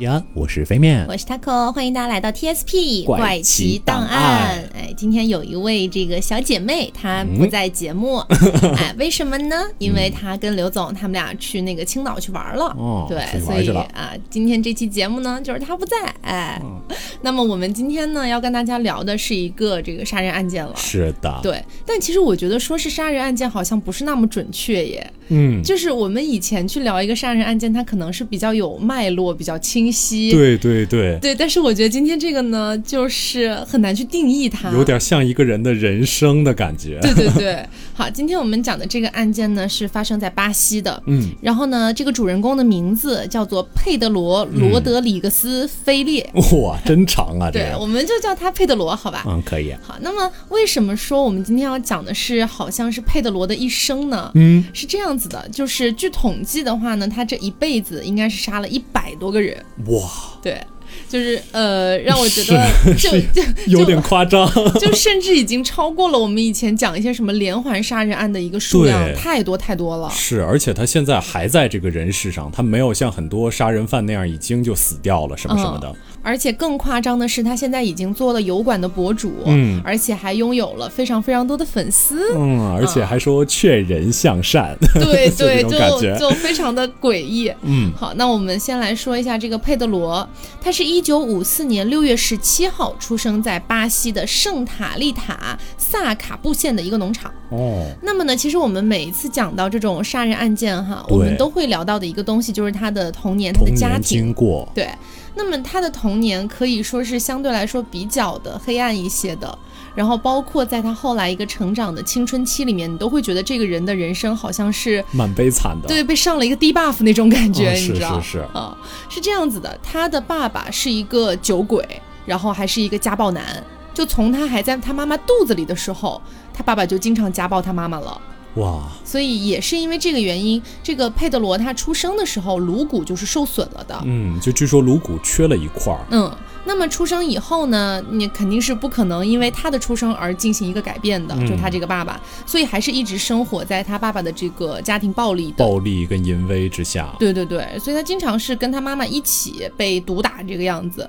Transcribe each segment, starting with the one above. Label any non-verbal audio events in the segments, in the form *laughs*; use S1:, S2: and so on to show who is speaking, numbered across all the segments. S1: 呀，我是飞面。
S2: 我是 Taco，欢迎大家来到 TSP
S1: 怪奇
S2: 奇档
S1: 档案。嗯
S2: 哎，今天有一位这个小姐妹，她不在
S1: *laughs*
S2: 节目，哎，为什么呢？因为她跟刘总他们俩去那个青岛去玩了，
S1: 哦
S2: 对
S1: 去，
S2: 所
S1: 玩
S2: 以
S1: 去了
S2: 啊，今天这期节目呢，就是她不在，哎，那么我们今天呢要跟大家聊的是一个这个杀人案件了。
S1: 是的，
S2: 对，但其实我觉得说是杀人案件好像不是那么准确耶。
S1: 嗯，
S2: 就是我们以前去聊一个杀人案件，它可能是比较有脉络、比较清晰，
S3: 对对对，
S2: *laughs* 对，但是我觉得今天这个呢，就是很难去定义它，
S3: 有。点像一个人的人生的感觉。 *laughs*
S2: 对对对，好，今天我们讲的这个案件呢，是发生在巴西的。
S3: 嗯，
S2: 然后呢，这个主人公的名字叫做佩德罗·
S3: 嗯
S2: 罗德里格斯·菲列，
S3: 啊
S1: 哇，真长啊，这
S2: 对，
S1: 个，
S2: 我们就叫他佩德罗，好吧？
S1: 嗯，可以，
S2: 好，那么为什么说我们今天要讲的是好像是佩德罗的一生呢？嗯，是这样子的，就是据统计的话呢，他这一辈子应该是杀了一百多个人，
S3: 哇，
S2: 对，就是呃，让我觉得就就
S3: 有点夸张。
S2: *laughs* 就甚至已经超过了我们以前讲一些什么连环杀人案的一个数量，
S3: 对
S2: 太多太多了。
S3: *laughs* 是，而且他现在还在这个人世上，他没有像很多杀人犯那样已经就死掉了什么什么的。
S2: 而且更夸张的是，他现在已经做了油管的博主，
S3: 嗯
S2: 而且还拥有了非常非常多的粉丝。
S3: 嗯，而且还说劝人向善。
S2: *laughs* 对
S3: 就这
S2: 对，
S3: 种
S2: *laughs* 就
S3: 感觉
S2: 就非常的诡异。
S3: 嗯，
S2: 好，那我们先来说一下这个佩德罗，他是一九五四年六月十七号出生在巴西的圣塔利塔萨卡布县的一个农场。
S3: 哦，
S2: 那么呢，其实我们每一次讲到这种杀人案件哈，
S3: 对
S2: 我们都会聊到的一个东西就是他的童年，他
S3: 童
S2: 的家
S3: 年
S2: 庭
S3: 经。过。
S2: 对，那么他的童年可以说是相对来说比较的黑暗一些的，然后包括在他后来一个成长的青春期里面，你都会觉得这个人的人生好像是
S3: 蛮悲惨的，
S2: 对被上了一个 debuff 那种感觉，
S3: 啊
S2: 你
S3: 是
S2: 知道？
S3: 是是
S2: 啊，是这样子的，他的爸爸是一个酒鬼，然后还是一个家暴男。就从他还在他妈妈肚子里的时候，他爸爸就经常家暴他妈妈了。
S3: 哇，
S2: 所以也是因为这个原因，这个佩德罗他出生的时候颅骨就是受损了的。
S3: 嗯，就据说颅骨缺了一块儿，
S2: 嗯，那么出生以后呢，你肯定是不可能因为他的出生而进行一个改变的，
S3: 嗯
S2: 就他这个爸爸，所以还是一直生活在他爸爸的这个家庭暴力的。
S3: 暴力跟淫威之下，
S2: 对对对，所以他经常是跟他妈妈一起被毒打这个样子。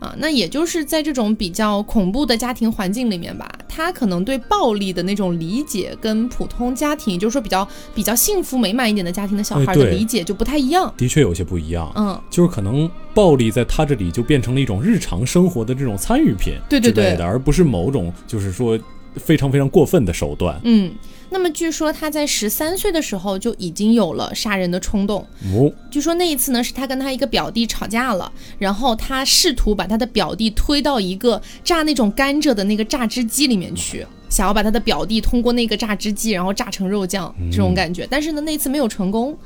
S2: 啊，那也就是在这种比较恐怖的家庭环境里面吧，他可能对暴力的那种理解跟普通家庭，也就是说比较比较幸福美满一点的家庭的小
S3: 哎
S2: 孩的
S3: 对
S2: 理解就不太一样。
S3: 的确有些不一样。
S2: 嗯，
S3: 就是可能暴力在他这里就变成了一种日常生活的这种参与品，
S2: 对对对
S3: 的，而不是某种就是说非常非常过分的手段。
S2: 嗯，那么据说他在十三岁的时候就已经有了杀人的冲动。
S3: 哦，
S2: 据说那一次呢，是他跟他一个表弟吵架了，然后他试图把他的表弟推到一个榨那种甘蔗的那个榨汁机里面去，想要把他的表弟通过那个榨汁机，然后榨成肉酱这种感觉。但是呢，那次没有成功。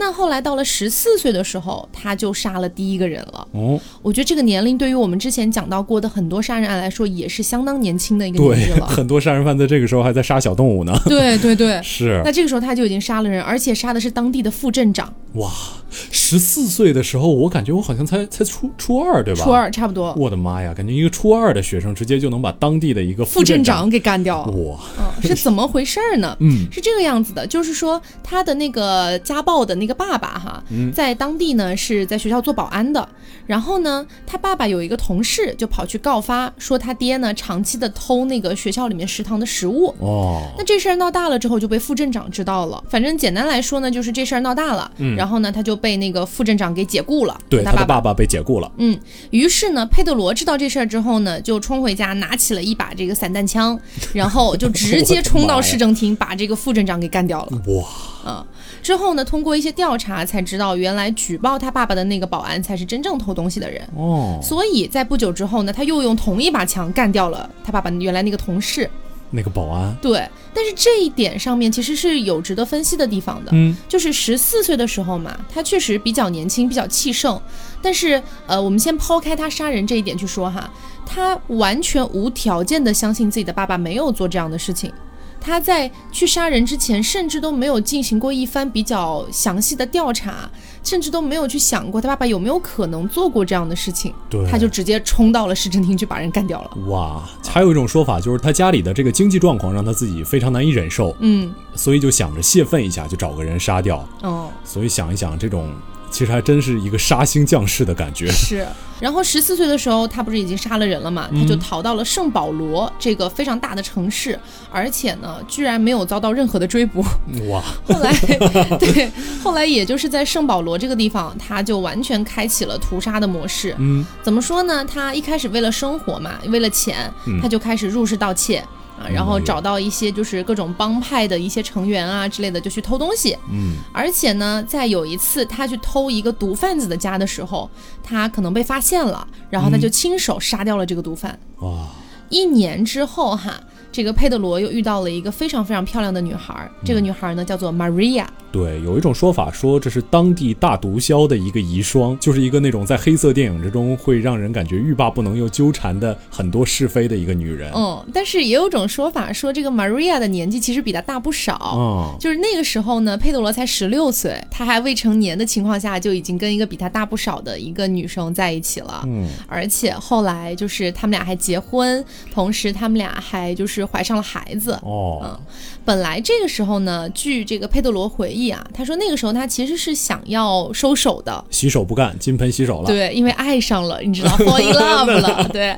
S2: 那后来到了十四岁的时候，他就杀了第一个人了。
S3: 哦，
S2: 我觉得这个年龄对于我们之前讲到过的很多杀人案来说，也是相当年轻的一个年纪
S3: 对，*laughs*
S2: 了。
S3: 很多杀人犯在这个时候还在杀小动物
S2: *laughs*
S3: 呢。
S2: 对啊对对，
S3: 是
S2: 那这个时候他就已经杀了人，而且杀的是当地的副镇长，
S3: 哇，十四岁的时候，我感觉我好像才才初初二，对吧？
S2: 初，二差不多，
S3: 我的妈呀，感觉一个初二的学生直接就能把当地的一个
S2: 副镇
S3: 镇
S2: 长给干掉。
S3: 哇，
S2: 嗯，是怎么回事儿呢？
S3: 嗯，
S2: 是这个样子的，就是说他的那个家暴的那个爸爸哈，
S3: 嗯
S2: 在当地呢是在学校做保安的，然后呢，他爸爸有一个同事就跑去告发说他爹呢长期的偷那个学校里面食堂的食物，
S3: 哦，
S2: 那这事儿闹大了之后，就被副镇长知道了。反正简单来说呢，就是这事儿闹大了，然后呢，他就被那个副镇长给解雇了，
S3: 嗯对，
S2: 他
S3: 他的
S2: 爸。
S3: 爸爸被解雇了，
S2: 嗯，于是呢，佩德罗知道这事儿之后呢，就冲回家，拿起了一把这个散弹枪，然后就直接冲到市政厅，把这个副镇长给干掉了。
S3: 哇，
S2: 啊、之后呢，通过一些调查才知道，原来举报他爸爸的那个保安才是真正偷东西的人。
S3: 哦，
S2: 所以在不久之后呢，他又用同一把枪干掉了他爸爸原来那个同事。
S3: 那个保安，
S2: 对，但是这一点上面其实是有值得分析的地方的，
S3: 嗯，
S2: 就是十四岁的时候嘛，他确实比较年轻，比较气盛，但是呃，我们先抛开他杀人这一点去说哈，他完全无条件的相信自己的爸爸没有做这样的事情。他在去杀人之前，甚至都没有进行过一番比较详细的调查，甚至都没有去想过他爸爸有没有可能做过这样的事情，
S3: 对，
S2: 他就直接冲到了市政厅去把人干掉了。
S3: 哇，还有一种说法就是他家里的这个经济状况让他自己非常难以忍受，
S2: 嗯，
S3: 所以就想着泄愤一下，就找个人杀掉。
S2: 哦，
S3: 所以想一想，这种其实还真是一个杀星降世的感觉。
S2: *laughs* 是。然后十四岁的时候，他不是已经杀了人了嘛？他就逃到了圣保罗这个非常大的城市，而且呢，居然没有遭到任何的追捕。
S3: 哇，
S2: 后来， *laughs* 对，后来也就是在圣保罗这个地方，他就完全开启了屠杀的模式。
S3: 嗯，
S2: 怎么说呢？他一开始为了生活嘛，为了钱，
S3: 嗯
S2: 他就开始入室盗窃。啊，然后找到一些就是各种帮派的一些成员啊之类的，就去偷东西。
S3: 嗯，
S2: 而且呢，在有一次他去偷一个毒贩子的家的时候，他可能被发现了，
S3: 嗯
S2: 然后他就亲手杀掉了这个毒贩。
S3: 哇，
S2: 一年之后哈，这个佩德罗又遇到了一个非常非常漂亮的女孩儿，
S3: 嗯
S2: 这个女孩儿呢叫做 Maria。
S3: 对，有一种说法说这是当地大毒枭的一个遗孀，就是一个那种在黑色电影之中会让人感觉欲罢不能又纠缠的很多是非的一个女人。
S2: 嗯，但是也有种说法说，这个 Maria 的年纪其实比她大不少。
S3: 嗯，
S2: 就是那个时候呢，佩德罗才十六岁，他还未成年的情况下，就已经跟一个比他大不少的一个女生在一起了。
S3: 嗯，
S2: 而且后来就是他们俩还结婚，同时他们俩还就是怀上了孩子。
S3: 哦，
S2: 本来这个时候呢，据这个佩德罗回忆啊，他说那个时候他其实是想要收手的，
S3: 洗手不干，金盆洗手了。
S2: 对，因为爱上了，你知 *laughs* 道，fall in love 了，对，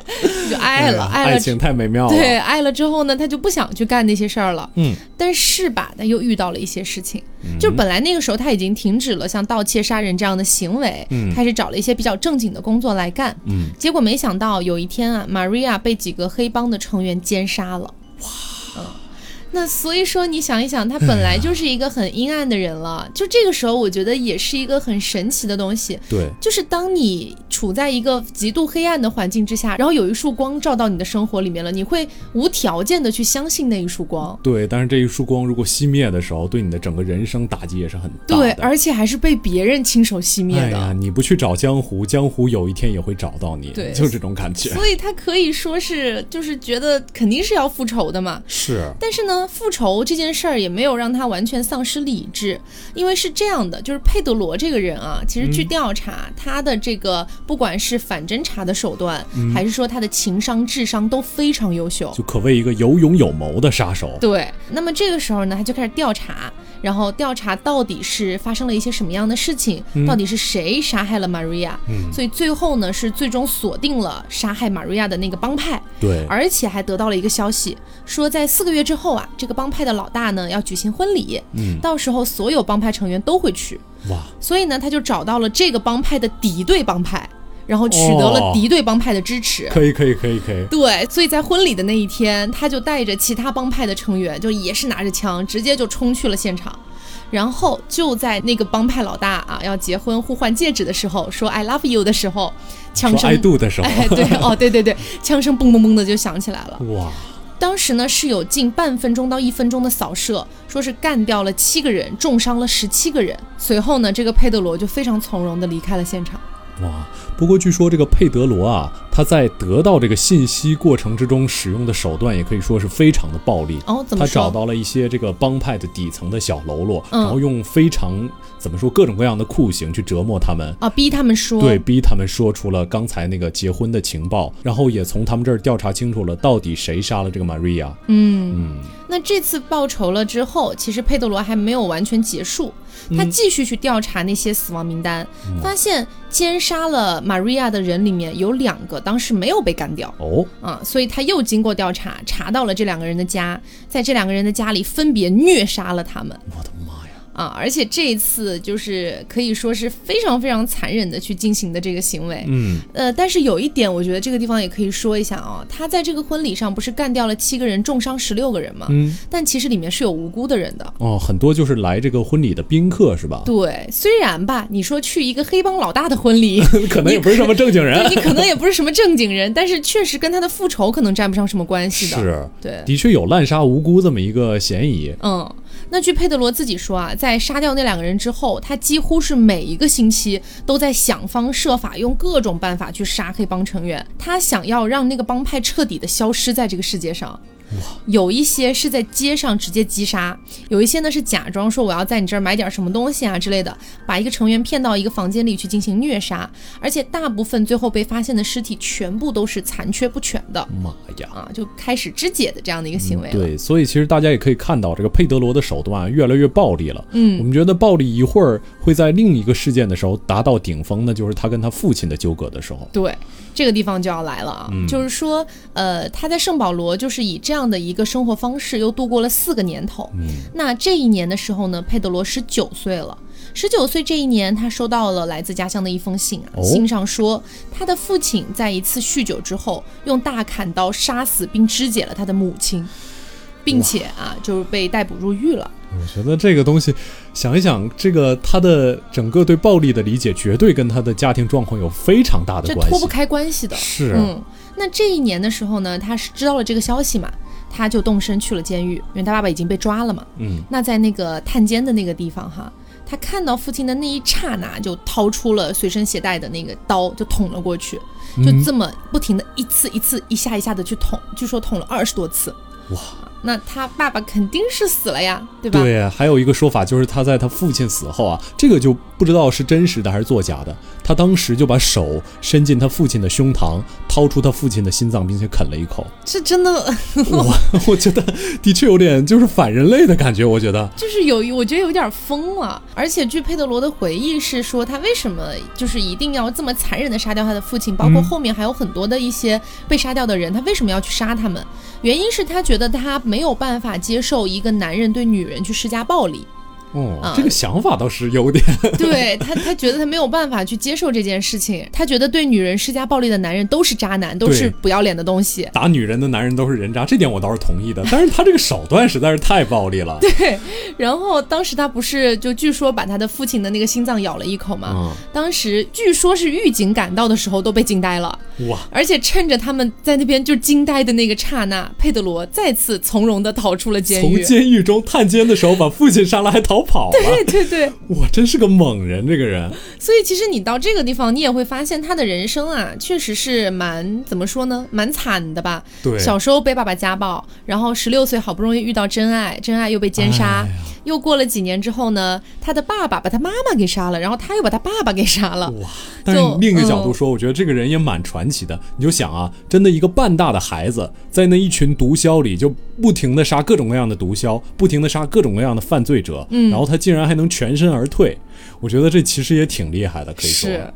S2: 就爱
S3: 哎
S2: 了，
S3: 呀
S2: 爱了
S3: 爱
S2: 之
S3: 情太美妙了。
S2: 对，爱了之后呢，他就不想去干那些事儿了。
S3: 嗯，
S2: 但是吧，他又遇到了一些事情。就本来那个时候他已经停止了像盗窃、杀人这样的行为，
S3: 嗯
S2: 开始找了一些比较正经的工作来干。
S3: 嗯，
S2: 结果没想到有一天啊，Maria 被几个黑帮的成员奸杀了。哇！嗯那所以说，你想一想，他本
S3: *laughs*
S2: 来就是一个很阴暗的人了，就这个时候，我觉得也是一个很神奇的东西。
S3: 对，
S2: 就是当你处在一个极度黑暗的环境之下，然后有一束光照到你的生活里面了，你会无条件的去相信那一束光。
S3: 对，但是这一束光如果熄灭的时候，对你的整个人生打击也是很大的。
S2: 对，而且还是被别人亲手熄灭
S3: 哎
S2: 的。
S3: 呀，你不去找江湖，江湖有一天也会找到你，
S2: 对
S3: 就这种感觉。
S2: 所以他可以说是，就是觉得肯定是要复仇的嘛。
S3: 是，
S2: 但是呢，复仇这件事儿也没有让他完全丧失理智，因为是这样的，就是佩德罗这个人啊，其实据调查，他的这个不管是反侦查的手段，还是说他的情商、智商都非常优秀，
S3: 就可谓一个有勇有谋的杀手。
S2: 对，那么这个时候呢，他就开始调查，然后调查到底是发生了一些什么样的事情，
S3: 嗯
S2: 到底是谁杀害了 Maria？、所以最后呢，是最终锁定了杀害 Maria 的那个帮派，
S3: 对，
S2: 而且还得到了一个消息，说在四个月之后啊，这个帮派的老大呢要举行婚礼，
S3: 嗯，
S2: 到时候所有帮派成员都会去。
S3: 哇，
S2: 所以呢，他就找到了这个帮派的敌对帮派，然后取得了
S3: 哦
S2: 敌对帮派的支持。
S3: 可以，可以，可以，可以。
S2: 对，所以在婚礼的那一天，他就带着其他帮派的成员，就也是拿着枪，直接就冲去了现场。然后就在那个帮派老大啊要结婚互换戒指的时候，说 “I love you” 的时候，枪
S3: 说
S2: 声
S3: 爱度的时候，
S2: 哎 *laughs* 对哦对对对，枪声嘣嘣嘣的就响起来
S3: *laughs*
S2: 了。
S3: 哇，
S2: 当时呢是有近半分钟到一分钟的扫射，说是干掉了七个人，重伤了十七个人。随后呢，这个佩德罗就非常从容的离开了现场。
S3: 哇！不过据说这个佩德罗啊，他在得到这个信息过程之中使用的手段，也可以说是非常的暴力。
S2: 哦，怎么
S3: 他
S2: 说？
S3: 找到了一些这个帮派的底层的小喽啰，
S2: 嗯
S3: 然后用非常怎么说各种各样的酷刑去折磨他们。
S2: 啊，逼他们说
S3: 对，逼他们说出了刚才那个结婚的情报，然后也从他们这儿调查清楚了到底谁杀了这个 Maria。
S2: 嗯，那这次报仇了之后，其实佩德罗还没有完全结束，他继续去调查那些死亡名单，发现奸杀了玛瑞亚的人里面有两个当时没有被干掉
S3: 哦，
S2: 啊，所以他又经过调查，查到了这两个人的家，在这两个人的家里分别虐杀了他们
S3: 我的妈呀！
S2: 啊，而且这一次就是可以说是非常非常残忍的去进行的这个行为，
S3: 嗯，
S2: 呃，但是有一点，我觉得这个地方也可以说一下啊、他在这个婚礼上不是干掉了七个人，重伤十六个人吗？
S3: 嗯，
S2: 但其实里面是有无辜的人的。
S3: 哦，很多就是来这个婚礼的宾客是吧？
S2: 对，虽然吧，你说去一个黑帮老大的婚
S3: *laughs*
S2: 礼，
S3: 可能也不是什么正经
S2: 对
S3: 人。
S2: 你可能也不是什么正经人，但是确实跟他的复仇可能沾不上什么关系的。，
S3: 是，
S2: 对，
S3: 的确有滥杀无辜这么一个嫌疑。
S2: 嗯。那据佩德罗自己说啊，在杀掉那两个人之后，他几乎是每一个星期都在想方设法，用各种办法去杀黑帮成员。他想要让那个帮派彻底的消失在这个世界上。有一些是在街上直接击杀，有一些呢是假装说我要在你这儿买点什么东西啊之类的，把一个成员骗到一个房间里去进行虐杀，而且大部分最后被发现的尸体全部都是残缺不全的
S3: 妈呀！
S2: 啊，就开始肢解的这样的一个行为了。
S3: 对，所以其实大家也可以看到，这个佩德罗的手段啊越来越暴力了。
S2: 嗯
S3: 我们觉得暴力一会儿会在另一个事件的时候达到顶峰，那就是他跟他父亲的纠葛的时候。嗯
S2: 对，这个地方就要来了啊，就是说，呃，他在圣保罗就是以这样的一个生活方式又度过了四个年头。
S3: 嗯
S2: 那这一年的时候呢，佩德罗十九岁了。十九岁这一年，他收到了来自家乡的一封信啊，
S3: 哦
S2: 信上说他的父亲在一次酗酒之后，用大砍刀杀死并肢解了他的母亲，并且啊，就是被逮捕入狱了。
S3: 我觉得这个东西，想一想，这个他的整个对暴力的理解，绝对跟他的家庭状况有非常大的
S2: 这
S3: 关
S2: 脱不
S3: 系。
S2: 开关系的。
S3: 是啊，
S2: 嗯，那这一年的时候呢，他是知道了这个消息嘛，他就动身去了监狱，因为他爸爸已经被抓了嘛。
S3: 嗯，
S2: 那在那个探监的那个地方哈，他看到父亲的那一刹那，就掏出了随身携带的那个刀，就捅了过去，就
S3: 嗯
S2: 这么不停的一次一次、一下一下的去捅，据说捅了二十多次。啊
S3: 哇！
S2: 那他爸爸肯定是死了呀，对吧？
S3: 对，啊还有一个说法就是他在他父亲死后啊，这个就不知道是真实的还是作假的。他当时就把手伸进他父亲的胸膛，掏出他父亲的心脏，并且啃了一口。
S2: 这真的
S3: *laughs* 我我觉得的确有点就是反人类的感觉，我觉得
S2: 就是有，我觉得有点疯了。而且据佩德罗的回忆是说，他为什么就是一定要这么残忍的杀掉他的父亲，包括后面还有很多的一些被杀掉的人，他为什么要去杀他们？原因是他觉得他没有办法接受一个男人对女人去施加暴力，
S3: 哦，
S2: 啊
S3: 这个想法倒是有点。
S2: 对他，他觉得他没有办法去接受这件事情，他觉得对女人施加暴力的男人都是渣男，都是
S3: 对
S2: 不要脸的东西。
S3: 打女人的男人都是人渣，这点我倒是同意的。但是他这个手段实在是太暴力了。
S2: 啊
S3: 对，
S2: 然后当时他不是就据说把他的父亲的那个心脏咬了一口吗？
S3: 嗯
S2: 当时据说是狱警赶到的时候都被惊呆了，
S3: 哇，
S2: 而且趁着他们在那边就惊呆的那个刹那，佩德罗再次从容的逃出了监
S3: 从
S2: 狱。
S3: 监狱中探监的时候把父亲杀了还逃跑了，
S2: 对对对，
S3: 哇，真是个猛人这个人。
S2: 所以其实你到这个地方，你也会发现他的人生啊，确实是蛮怎么说呢，蛮惨的吧。
S3: 对，
S2: 小时候被爸爸家暴，然后十六岁好不容易遇到真爱，真爱又被奸杀，
S3: 哎呀
S2: 又过了几年之后呢，他的爸爸把他妈妈给杀了，然后他又把他爸爸给杀了。
S3: 哇！但是
S2: 就嗯
S3: 另一个角度说，我觉得这个人也蛮传奇的。你就想啊，真的一个半大的孩子，在那一群毒枭里就不停的杀各种各样的毒枭，不停的杀各种各样的犯罪者，
S2: 嗯
S3: 然后他竟然还能全身而退，我觉得这其实也挺厉害的，可以说。
S2: 是。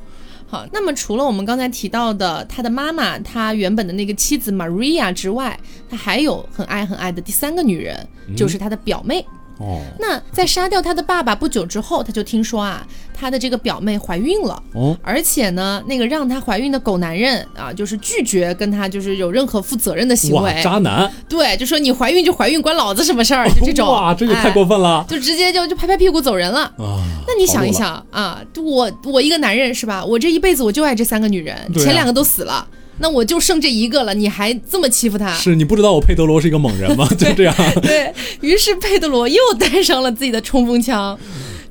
S2: 好，那么除了我们刚才提到的他的妈妈，他原本的那个妻子 Maria 之外，他还有很爱很爱的第三个女人，就是他的表妹。
S3: 哦
S2: 那在杀掉他的爸爸不久之后，他就听说啊，他的这个表妹怀孕了，
S3: 哦，
S2: 而且呢，那个让她怀孕的狗男人啊，就是拒绝跟她就是有任何负责任的行
S3: 哇，
S2: 为，
S3: 渣男！
S2: 对，就说你怀孕就怀孕，关老子什么事儿？
S3: *laughs*
S2: 就这种，
S3: 哇，这个太
S2: 哎
S3: 过分了、
S2: 就直接就就拍拍屁股走人了。
S3: 啊！
S2: 那你想一想啊，我我一个男人是吧？我这一辈子我就爱这三个女人，
S3: 对啊
S2: 前两个都死了，那我就剩这一个了，你还这么欺负她？
S3: 是你不知道我佩德罗是一个猛人
S2: *laughs*
S3: 吗？就这样，
S2: 啊对于是佩德罗又带上了自己的冲锋枪，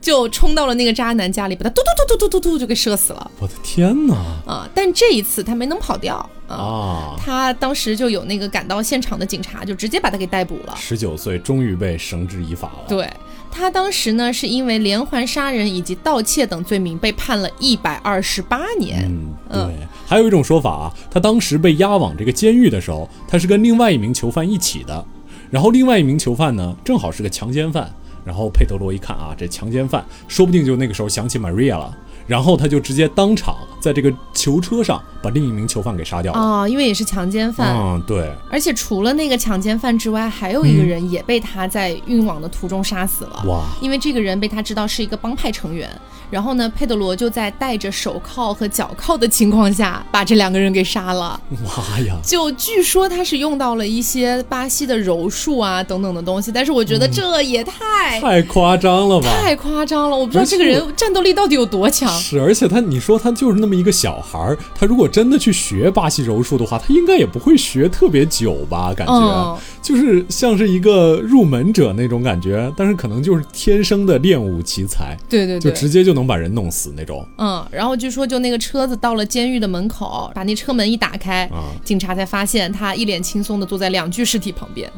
S2: 就冲到了那个渣男家里，把他嘟嘟嘟嘟嘟嘟嘟就给射死了
S3: 我的天哪！
S2: 啊！但这一次他没能跑掉啊。
S3: 啊，
S2: 他当时就有那个赶到现场的警察，就直接把他给逮捕了。
S3: 十九岁终于被绳之以法了。
S2: 对他当时呢，是因为连环杀人以及盗窃等罪名被判了一百二十八年。
S3: 嗯，
S2: 嗯
S3: 对。还有一种说法啊，他当时被押往这个监狱的时候，他是跟另外一名囚犯一起的，然后另外一名囚犯呢，正好是个强奸犯。然后佩德罗一看啊，这强奸犯，说不定就那个时候想起 Maria 了，然后他就直接当场在这个囚车上把另一名囚犯给杀掉了。
S2: 哦，因为也是强奸犯，
S3: 嗯，对，
S2: 而且除了那个强奸犯之外，还有一个人也被他在运往的途中杀死了。
S3: 哇，
S2: 因为这个人被他知道是一个帮派成员，然后呢，佩德罗就在戴着手铐和脚铐的情况下把这两个人给杀了。
S3: 哇呀，
S2: 就据说他是用到了一些巴西的柔术啊等等的东西，但是我觉得这也嗯太、
S3: 太夸张了吧！
S2: 太夸张了，我不知道
S3: 而且
S2: 这个
S3: 我
S2: 人战斗力到底有多强。
S3: 是，而且他，你说他就是那么一个小孩儿，他如果真的去学巴西柔术的话，他应该也不会学特别久吧？感觉，
S2: 嗯
S3: 就是像是一个入门者那种感觉，但是可能就是天生的练武奇才，
S2: 对对
S3: 就
S2: 对，
S3: 直接就能把人弄死那种
S2: 嗯，然后据说就那个车子到了监狱的门口，把那车门一打开， *laughs*
S3: 啊！
S2: 警察才发现他一脸轻松的坐在两具尸体旁 *laughs* 边，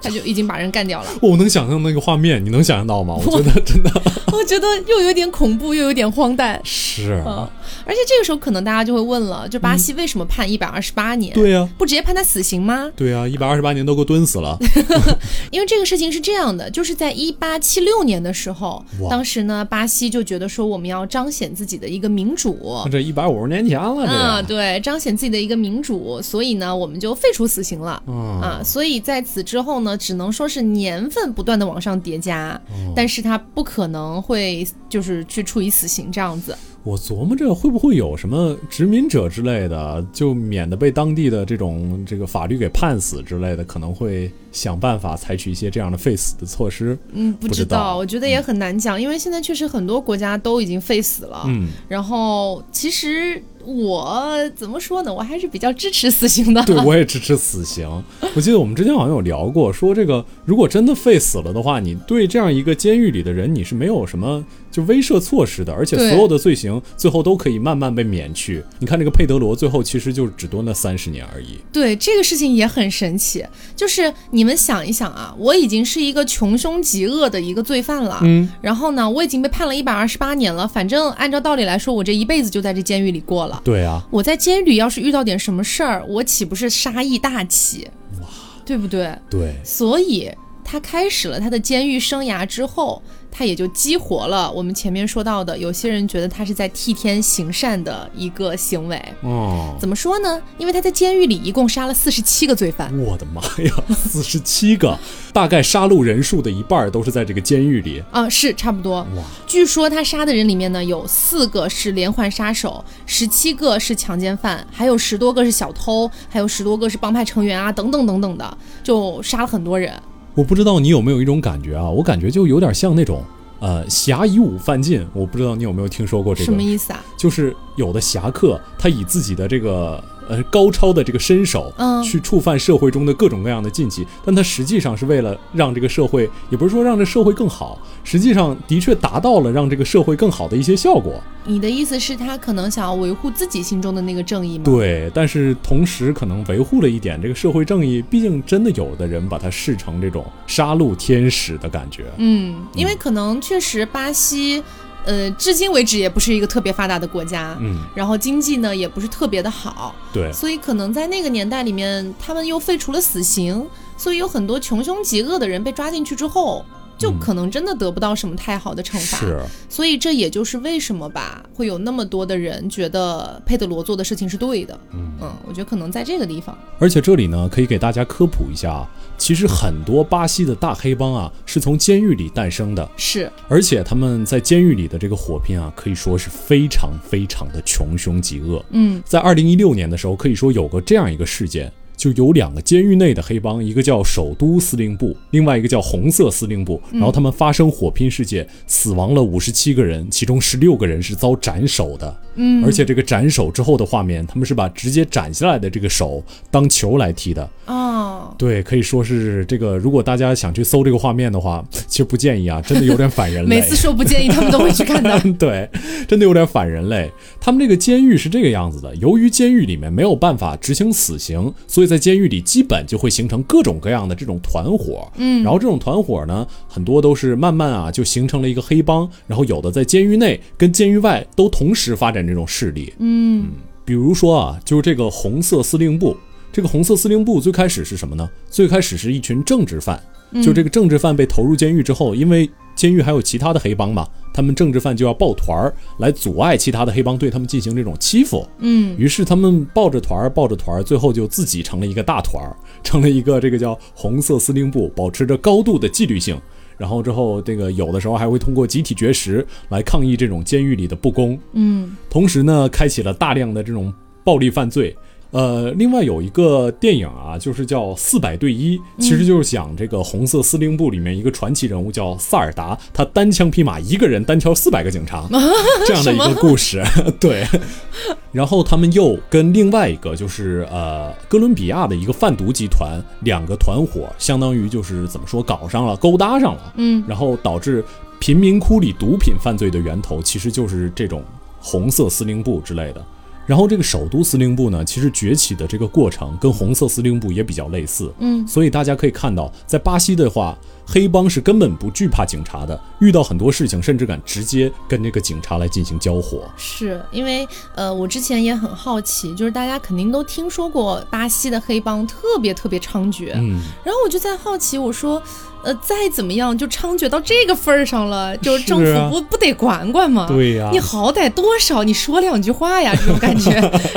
S2: 他就已经把人干掉了。
S3: 我能想象那个画面，你能想象到吗？我觉得真的
S2: *laughs* 我觉得又有点恐怖，又有点荒诞。
S3: 是，
S2: 嗯，而且这个时候可能大家就会问了，就巴西为什么判一百二十八年？
S3: 对呀、
S2: 不直接判他死刑吗？
S3: 对呀、1一百二十八年都给我蹲死
S2: *laughs*
S3: 了，
S2: 因为这个事情是这样的，就是在一八七六年的时候，
S3: 哇
S2: 当时呢，巴西就觉得说我们要彰显自己的一个民主，
S3: 这一百五十年前了，这
S2: 啊，
S3: 个
S2: 对，彰显自己的一个民主，所以呢，我们就废除死刑了。
S3: 嗯
S2: 啊，所以在此之后呢，只能说是年份不断的往上叠加，
S3: 哦
S2: 但是它不可能会就是去处以死刑这样子。
S3: 我琢磨着会不会有什么殖民者之类的，就免得被当地的这种这个法律给判死之类的，可能会想办法采取一些这样的废死的措施。
S2: 嗯，不
S3: 不
S2: 知
S3: 知道
S2: 我觉得也很难讲，因为现在确实很多国家都已经废死了。
S3: 嗯，
S2: 然后其实我怎么说呢，我还是比较支持死刑的。
S3: *laughs* 对，我也支持死刑。我记得我们之前好像有聊过，说这个如果真的废死了的话，你对这样一个监狱里的人，你是没有什么就威慑措施的，而且
S2: 对
S3: 所有的罪行最后都可以慢慢被免去。你看这个佩德罗最后其实就只蹲了三十年而已。
S2: 对这个事情也很神奇，就是你们想一想啊，我已经是一个穷凶极恶的一个罪犯了，
S3: 嗯，
S2: 然后呢，我已经被判了一百二十八年了，反正按照道理来说，我这一辈子就在这监狱里过了。
S3: 对啊，
S2: 我在监狱里要是遇到点什么事儿，我岂不是杀意大起？对不对？
S3: 对，
S2: 所以他开始了他的监狱生涯之后，他也就激活了我们前面说到的，有些人觉得他是在替天行善的一个行为。
S3: 哦。
S2: 怎么说呢？因为他在监狱里一共杀了四十七个罪犯。
S3: 我的妈呀， *laughs* 四十七个，大概杀戮人数的一半儿都是在这个监狱里。
S2: 啊、是差不多。据说他杀的人里面呢，有四个是连环杀手，十七个是强奸犯，还有十多个是小偷，还有十多个是帮派成员啊，等等等等的，就杀了很多人。
S3: 我不知道你有没有一种感觉啊，我感觉就有点像那种。呃，侠以武犯禁，我不知道你有没有听说过这
S2: 什
S3: 个
S2: 么，意思啊？
S3: 就是有的侠客他以自己的这个呃高超的这个身手，
S2: 嗯
S3: 去触犯社会中的各种各样的禁忌，但他实际上是为了让这个社会，也不是说让这社会更好，实际上的确达到了让这个社会更好的一些效果。
S2: 你的意思是，他可能想要维护自己心中的那个正义吗？
S3: 对，但是同时可能维护了一点这个社会正义，毕竟真的有的人把它视成这种杀戮天使的感觉。
S2: 嗯，因为可能确实巴西，呃，至今为止也不是一个特别发达的国家，
S3: 嗯，
S2: 然后经济呢也不是特别的好，
S3: 对，
S2: 所以可能在那个年代里面，他们又废除了死刑，所以有很多穷凶极恶的人被抓进去之后，就可能真的得不到什么太好的惩
S3: 嗯
S2: 罚。
S3: 是，
S2: 所以这也就是为什么吧，会有那么多的人觉得佩德罗做的事情是对的。
S3: 嗯
S2: 我觉得可能在这个地方，
S3: 而且这里呢，可以给大家科普一下，其实很多巴西的大黑帮啊，是从监狱里诞生的，
S2: 是
S3: 而且他们在监狱里的这个火拼啊，可以说是非常非常的穷凶极恶。
S2: 嗯，
S3: 在二零一六年的时候，可以说有个这样一个事件，就有两个监狱内的黑帮，一个叫首都司令部，另外一个叫红色司令
S2: 嗯
S3: 部，然后他们发生火拼事件，死亡了五十七个人，其中十六个人是遭斩首的。嗯，而且这个斩首之后的画面，他们是把直接斩下来的这个手当球来踢的。
S2: 哦，
S3: 对，可以说是这个。如果大家想去搜这个画面的话，其实不建议啊，真的有点反人类。
S2: 每次说不建议他们都会去
S3: *laughs*
S2: 看的。
S3: 对，真的有点反人类。他们这个监狱是这个样子的，由于监狱里面没有办法执行死刑，所以在监狱里基本就会形成各种各样的这种团伙。嗯，然后这种团伙呢，很多都是慢慢啊就形成了一个黑帮，然后有的在监狱内跟监狱外都同时发展这种势力。嗯比如说啊，就是这个红色司令部，这个红色司令部最开始是什么呢？最开始是一群政治犯，就这个政治犯被投入监狱之后，因为监狱还有其他的黑帮嘛，他们政治犯就要抱团儿来阻碍其他的黑帮对他们进行这种欺负。
S2: 嗯，
S3: 于是他们抱着团儿，抱着团儿，最后就自己成了一个大团儿，成了一个这个叫红色司令部，保持着高度的纪律性。然后之后，这个有的时候还会通过集体绝食来抗议这种监狱里的不公。
S2: 嗯
S3: 同时呢，开启了大量的这种暴力犯罪。呃，另外有一个电影啊，就是叫《四百对一》，
S2: 嗯
S3: 其实就是讲这个红色司令部里面一个传奇人物叫萨尔达，他单枪匹马一个人单挑四百个警
S2: *laughs*
S3: 察这样的一个故事。 *laughs* 对，然后他们又跟另外一个就是呃哥伦比亚的一个贩毒集团两个团伙，相当于就是怎么说搞上了，勾搭上了，
S2: 嗯，
S3: 然后导致贫民窟里毒品犯罪的源头其实就是这种红色司令部之类的。然后这个首都司令部呢，其实崛起的这个过程跟红色司令部也比较类似，
S2: 嗯，
S3: 所以大家可以看到，在巴西的话，黑帮是根本不惧怕警察的，遇到很多事情甚至敢直接跟这个警察来进行交火。
S2: 是因为呃，我之前也很好奇，就是大家肯定都听说过巴西的黑帮特别特别猖獗，
S3: 嗯，
S2: 然后我就在好奇，我说，呃，再怎么样就猖獗到这个份儿
S3: *laughs*
S2: 上了，就是政府
S3: 啊
S2: 不、不得管管吗？
S3: 对呀
S2: 你好歹多少你说两句话呀，这种感
S3: *laughs*
S2: 觉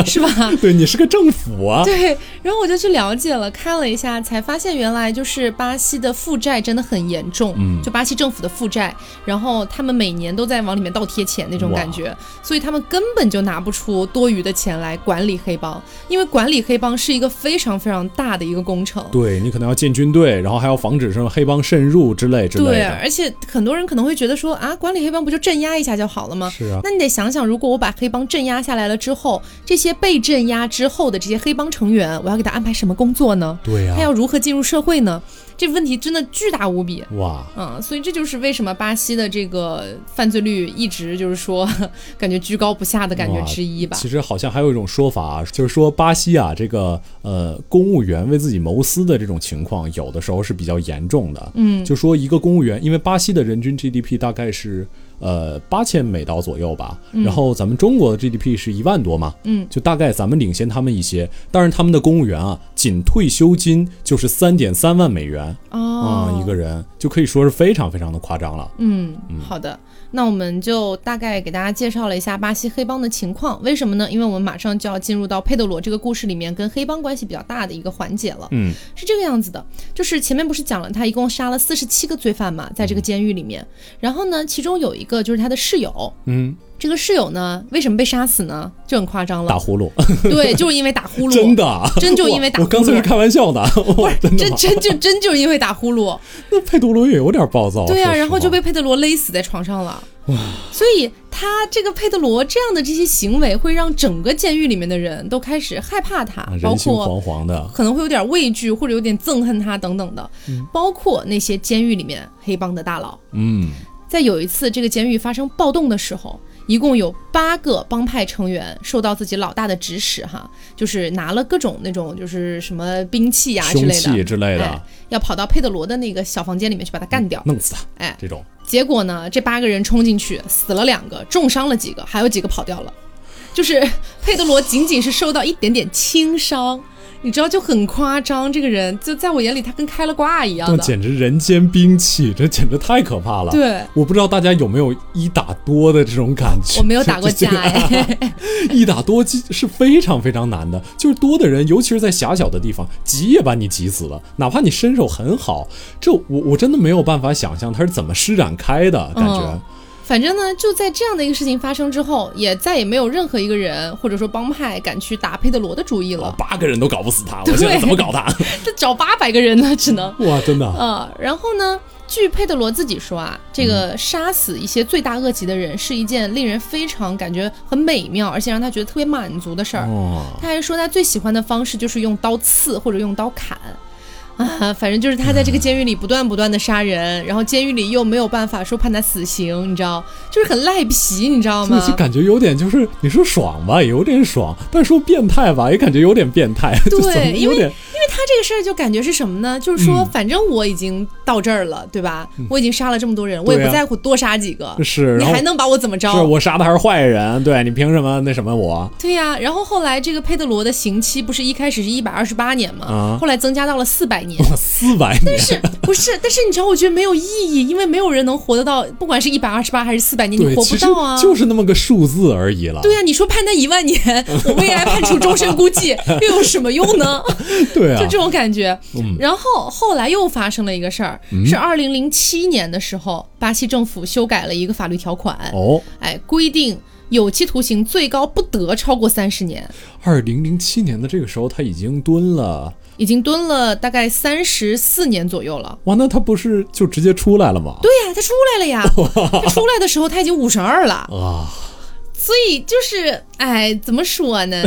S2: 是吧？
S3: 对你是个政府啊，
S2: 对，然后我就去了解了，看了一下，才发现原来就是巴西的负债真的很严重，
S3: 嗯
S2: 就巴西政府的负债，然后他们每年都在往里面倒贴钱那种感觉，所以他们根本就拿不出多余的钱来管理黑帮，因为管理黑帮是一个非常非常大的一个工程。
S3: 对你可能要建军队，然后还要防止什么黑帮渗入之类之类
S2: 对，
S3: 的。
S2: 而且很多人可能会觉得说啊，管理黑帮不就镇压一下就好了吗？
S3: 是啊，
S2: 那你得想想，如果我把黑帮镇压下来了之后，这些被镇压之后的这些黑帮成员，我要给他安排什么工作呢？
S3: 对啊呀、
S2: 他要如何进入社会呢？这问题真的巨大无比。
S3: 哇，
S2: 嗯，所以这就是为什么巴西的这个犯罪率一直就是说， *laughs* 感觉居高不下的感觉
S3: 哇
S2: 之一吧。
S3: 其实好像还有一种说法啊，就是说巴西啊，这个呃公务员为自己谋私的这种情况，有的时候是比较严重的。
S2: 嗯
S3: 就说一个公务员，因为巴西的人均 GDP 大概是呃八千美刀左右吧，然后咱们中国的 GDP 是一万多嘛，
S2: 嗯
S3: 就大概咱们领先他们一些。当然，他们的公务员啊，仅退休金就是三点三万美元啊、
S2: 哦，
S3: 一个人就可以说是非常非常的夸张了。
S2: 嗯，好的，那我们就大概给大家介绍了一下巴西黑帮的情况。为什么呢？因为我们马上就要进入到佩德罗这个故事里面跟黑帮关系比较大的一个环节了。
S3: 嗯，
S2: 是这个样子的，就是前面不是讲了，他一共杀了四十七个罪犯嘛，在这个监狱里面。然后呢，其中有一个就是他的室友，
S3: 嗯，
S2: 这个室友呢，为什么被杀死呢？就很夸张
S3: 打
S2: 了，
S3: 呼噜，
S2: 对，就是因为打呼
S3: *laughs*
S2: 噜，
S3: 真的啊，
S2: 真就因为打
S3: 我我刚才
S2: 呼噜
S3: 是开玩笑的，哇，真的
S2: 真
S3: 吗？
S2: 真就真就是因为打呼噜，
S3: 那佩德罗也有点暴躁，
S2: 对
S3: 说
S2: 啊，
S3: 哦实
S2: 然后就
S3: 话
S2: 被佩德罗勒死在床上了。所以他这个佩德罗这样的这些行为，会让整个监狱里面的人都开始害怕他
S3: 啊，
S2: 包
S3: 人心
S2: 括
S3: 惶惶的，
S2: 可能会有点畏惧或者有点憎恨他等等的，包括那些监狱里面黑帮的大佬。
S3: 嗯，
S2: 在有一次这个监狱发生暴动的时候，一共有八个帮派成员受到自己老大的指使，哈，就是拿了各种那种就是什么兵器呀、之
S3: 凶
S2: 类
S3: 器
S2: 的，
S3: 之类
S2: 哎
S3: 的，
S2: 要跑到佩德罗的那个小房间里面去把他干掉。
S3: 弄死他，
S2: 哎，
S3: 这种
S2: 结果呢，这八个人冲进去，死了两个，重伤了几个，还有几个跑掉了。就是佩德罗仅仅是受到一点点轻伤，你知道就很夸张。这个人就在我眼里，他跟开了挂一样
S3: 那
S2: 的。
S3: 简直人间兵器，这简直太可怕了。，
S2: 对，
S3: 我不知道大家有没有一打多的这种感觉。
S2: 我没有打
S3: *laughs*
S2: 过架
S3: 这个
S2: 哎。
S3: 一打多击是非常非常难的，就是多的人，尤其是在狭小的地方，急也把你急死了。哪怕你身手很好，这我我真的没有办法想象他是怎么施展开的感觉
S2: 嗯。反正呢，就在这样的一个事情发生之后，也再也没有任何一个人或者说帮派敢去打佩德罗的主意
S3: 老
S2: 了。
S3: 八个人都搞不死他，我现在怎么搞
S2: *laughs*
S3: 他？
S2: 这找八百个人呢，只能
S3: 哇，真的，
S2: 呃，然后呢，据佩德罗自己说啊，这
S3: 嗯
S2: 个杀死一些罪大恶极的人是一件令人非常感觉很美妙，而且让他觉得特别满足的事儿。
S3: 哦，
S2: 他还说他最喜欢的方式就是用刀刺或者用刀砍。
S3: *laughs*
S2: 啊，反正就是他在这个监狱里不断不断的杀人，然后监狱里又没有办法说判他死刑，你知道，就是很赖皮，你知道
S3: 所 *laughs*
S2: 吗
S3: 以？就感觉有点就是，你说爽吧，也有点爽；但是说变态吧，也感觉有点变态。 *laughs* 就
S2: 对
S3: 怎么
S2: 因
S3: 有
S2: 为
S3: 点
S2: 他这个事儿就感觉是什么呢？就是说，
S3: 嗯
S2: 反正我已经到这儿了，对吧？我已经杀了这么多人，我也
S3: 对
S2: 不
S3: 啊
S2: 在乎多杀几个，
S3: 是，
S2: 你
S3: 然后
S2: 还能把我怎么着？
S3: 是啊我杀的还是坏人？对你凭什么那什么我？
S2: 对呀、然后后来这个佩德罗的刑期不是一开始是一百二十八年嘛，
S3: 啊
S2: 后来增加到了四百年。
S3: *laughs* 我四百年
S2: 但是不是？但是你知道，我觉得没有意义，因为没有人能活得到，不管是一百二十八还是四百年，你
S3: 对，
S2: 活不
S3: 其实
S2: 到啊。
S3: 就是那么个数字而已了。
S2: 对呀、你说判他一万年，我未来判处终身孤寂，又有什么用呢？
S3: *laughs* 对啊，
S2: 就这种感觉。
S3: 嗯
S2: 然后后来又发生了一个事儿，是二零零七年的时候，巴西政府修改了一个法律条款，
S3: 哦，
S2: 哎，规定有期徒刑最高不得超过三十年，
S3: 二零零七年的这个时候，他已经蹲了，
S2: 已经蹲了大概三十四年左右了。
S3: 哇，那他不是就直接出来了吗？
S2: 对呀、他出来了 *laughs* 呀，他出来的时候他已经五十二了，
S3: 啊，
S2: 所以就是，哎，怎么说 *laughs* 呢？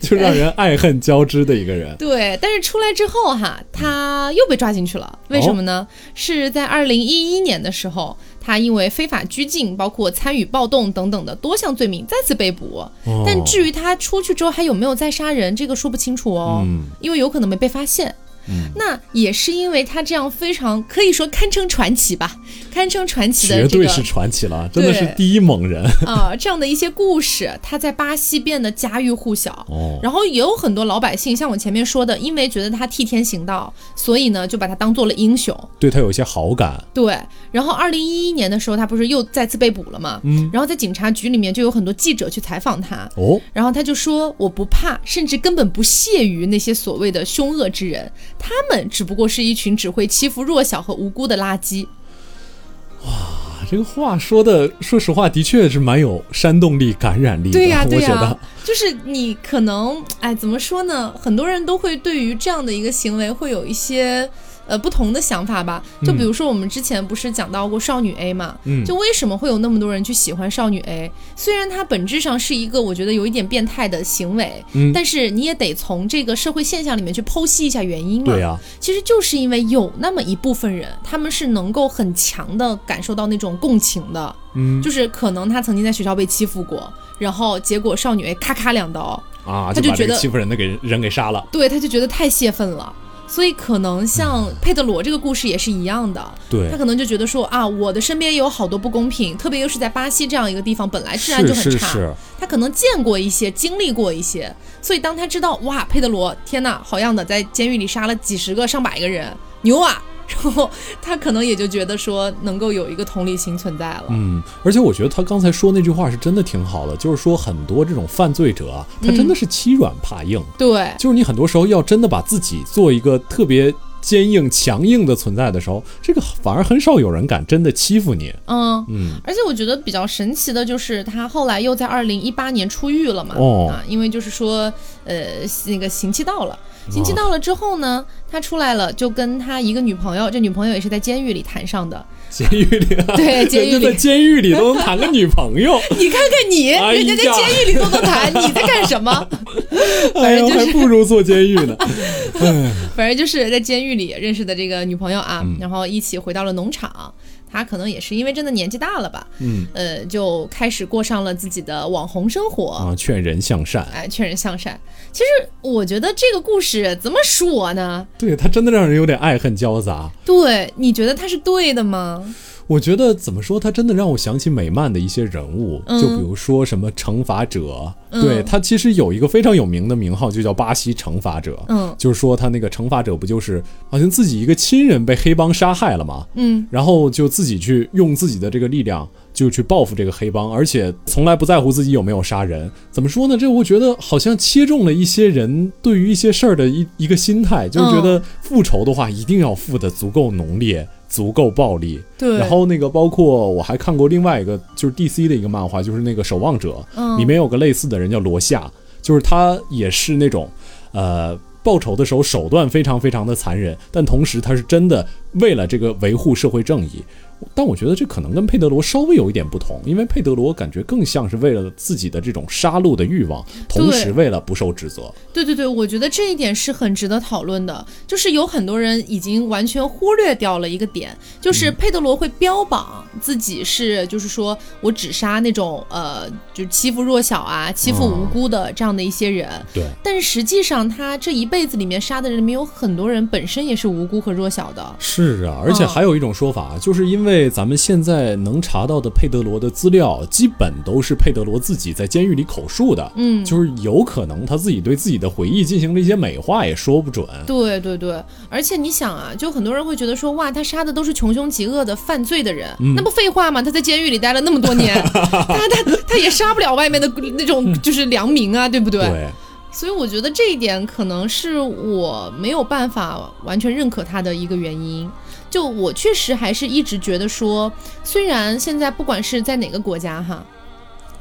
S3: 就让人爱恨交织的一个人。
S2: 对，但是出来之后哈，他又被抓进去了，为什么呢？是在二零一一年的时候，他因为非法拘禁，包括参与暴动等等的多项罪名再次被捕。
S3: 哦
S2: *laughs* 但至于他出去之后还有没有再杀人，这个说不清楚哦，
S3: 嗯
S2: 因为有可能没被发现。那也是因为他这样非常可以说堪称传奇吧，堪称传奇的
S3: 绝
S2: 这个
S3: 对是传奇了，真的是
S2: 对
S3: 第一猛人
S2: 啊、这样的一些故事，他在巴西变得家喻户晓。
S3: 哦。
S2: 然后也有很多老百姓，像我前面说的，因为觉得他替天行道，所以呢就把他当做了英雄。
S3: 对他有一些好感，
S2: 对，然后二零一一年的时候，他不是又再次被捕了嘛？嗯，然后在警察局里面就有很多记者去采访他，
S3: 哦，
S2: 然后他就说我不怕，甚至根本不屑于那些所谓的凶恶之人，他们只不过是一群只会欺负弱小和无辜的垃圾。
S3: 嗯啊这个话说的，说实话，的确是蛮有煽动力、感染力的。
S2: 对呀、对
S3: 我
S2: 呀、
S3: 觉得，
S2: 就是你可能，哎，怎么说呢？很多人都会对于这样的一个行为会有一些。呃，不同的想法吧，就比如说我们之前不是讲到过少女 A 嘛，
S3: 嗯
S2: 就为什么会有那么多人去喜欢少女 A？虽然它本质上是一个我觉得有一点变态的行为，
S3: 嗯
S2: 但是你也得从这个社会现象里面去剖析一下原因嘛。
S3: 对呀、啊
S2: 其实就是因为有那么一部分人，他们是能够很强的感受到那种共情的，
S3: 嗯
S2: 就是可能他曾经在学校被欺负过，然后结果少女 A 咔咔两刀，
S3: 啊，
S2: 他就
S3: 把这
S2: 觉
S3: 个
S2: 得
S3: 欺负人的给人给杀了。
S2: 对，他就觉得太泄愤了。所以可能像佩德罗这个故事也是一样的，
S3: 对
S2: 他，可能就觉得说啊，我的身边也有好多不公平，特别又是在巴西这样一个地方，本来治安
S3: 是
S2: 就很差，
S3: 是是，
S2: 他可能见过一些，经历过一些，所以当他知道哇，佩德罗，天呐，好样的，在监狱里杀了几十个、上百个人，牛啊！ *laughs* 然后他可能也就觉得说能够有一个同理心存在了。
S3: 嗯，而且我觉得他刚才说那句话是真的挺好的，就是说很多这种犯罪者啊，他真的是欺软怕硬，
S2: 对，
S3: 就是你很多时候要真的把自己做一个特别坚硬、强硬的存在的时候，这个反而很少有人敢真的欺负你。
S2: 嗯。
S3: 嗯，
S2: 而且我觉得比较神奇的就是，他后来又在二零一八年出狱了嘛，
S3: 哦啊
S2: 啊，因为就是说，呃，那个刑期到了，刑期到了之后呢，他出来了，就跟他一个女朋友，这女朋友也是在监狱里谈上的，
S3: *laughs* 监狱里、啊，
S2: 对监狱里
S3: 人家在监狱里都能谈个女朋 *laughs* 友，
S2: 你看看你，
S3: 哎呀
S2: 人家在监狱里都能谈，你在干什么？
S3: 哎呀，
S2: 正就
S3: 还
S2: 是
S3: 不如坐监狱呢。
S2: 反正就是在监狱里认识的这个女朋友啊，然后一起回到了农场。她可能也是因为真的年纪大了吧，
S3: 嗯，
S2: 呃，就开始过上了自己的网红生活，
S3: *laughs* 啊，劝人向善，
S2: 哎，劝人向善。其实我觉得这个故事怎么说呢？
S3: 对他真的让人有点爱恨交杂。
S2: 对，你觉得它是对的吗？
S3: 我觉得怎么说，他真的让我想起美漫的一些人物，
S2: 嗯
S3: 就比如说什么惩罚者，
S2: 嗯
S3: 对他其实有一个非常有名的名号，就叫巴西惩罚者。
S2: 嗯
S3: 就是说他那个惩罚者不就是好像自己一个亲人被黑帮杀害了嘛，
S2: 嗯，
S3: 然后就自己去用自己的这个力量就去报复这个黑帮，而且从来不在乎自己有没有杀人。怎么说呢？这我觉得好像切中了一些人对于一些事儿的一一个心态，就是觉
S2: 嗯
S3: 得复仇的话一定要复的足够浓烈。足够暴力，
S2: 对
S3: 然后那个包括我还看过另外一个就是 DC 的一个漫画，就是那个《守望者》，
S2: 嗯
S3: 里面有个类似的人叫罗夏，就是他也是那种，呃，报仇的时候手段非常非常的残忍，但同时他是真的为了这个维护社会正义。但我觉得这可能跟佩德罗稍微有一点不同，因为佩德罗感觉更像是为了自己的这种杀戮的欲望，同时为了不受指责。
S2: 对对对，我觉得这一点是很值得讨论的。就是有很多人已经完全忽略掉了一个点，就是佩德罗会标榜自己是，就是说我只杀那种呃，就欺负弱小啊、欺负无辜的这样的一些人。
S3: 对，
S2: 但实际上，他这一辈子里面杀的人里面有很多人本身也是无辜和弱小的。
S3: 是啊，而且
S2: 嗯
S3: 还有一种说法，就是因为咱们现在能查到的佩德罗的资料，基本都是佩德罗自己在监狱里口述的。
S2: 嗯
S3: 就是有可能他自己对自己的回忆进行了一些美化，也说不准。
S2: 对对对，而且你想啊，就很多人会觉得说，哇，他杀的都是穷凶极恶的犯罪的人，那不废话吗？他在监狱里待了那么多年，他他他也杀不了外面的那种就是良民啊，对不对？
S3: 对，
S2: 所以我觉得这一点可能是我没有办法完全认可他的一个原因。就我确实还是一直觉得说，虽然现在不管是在哪个国家哈，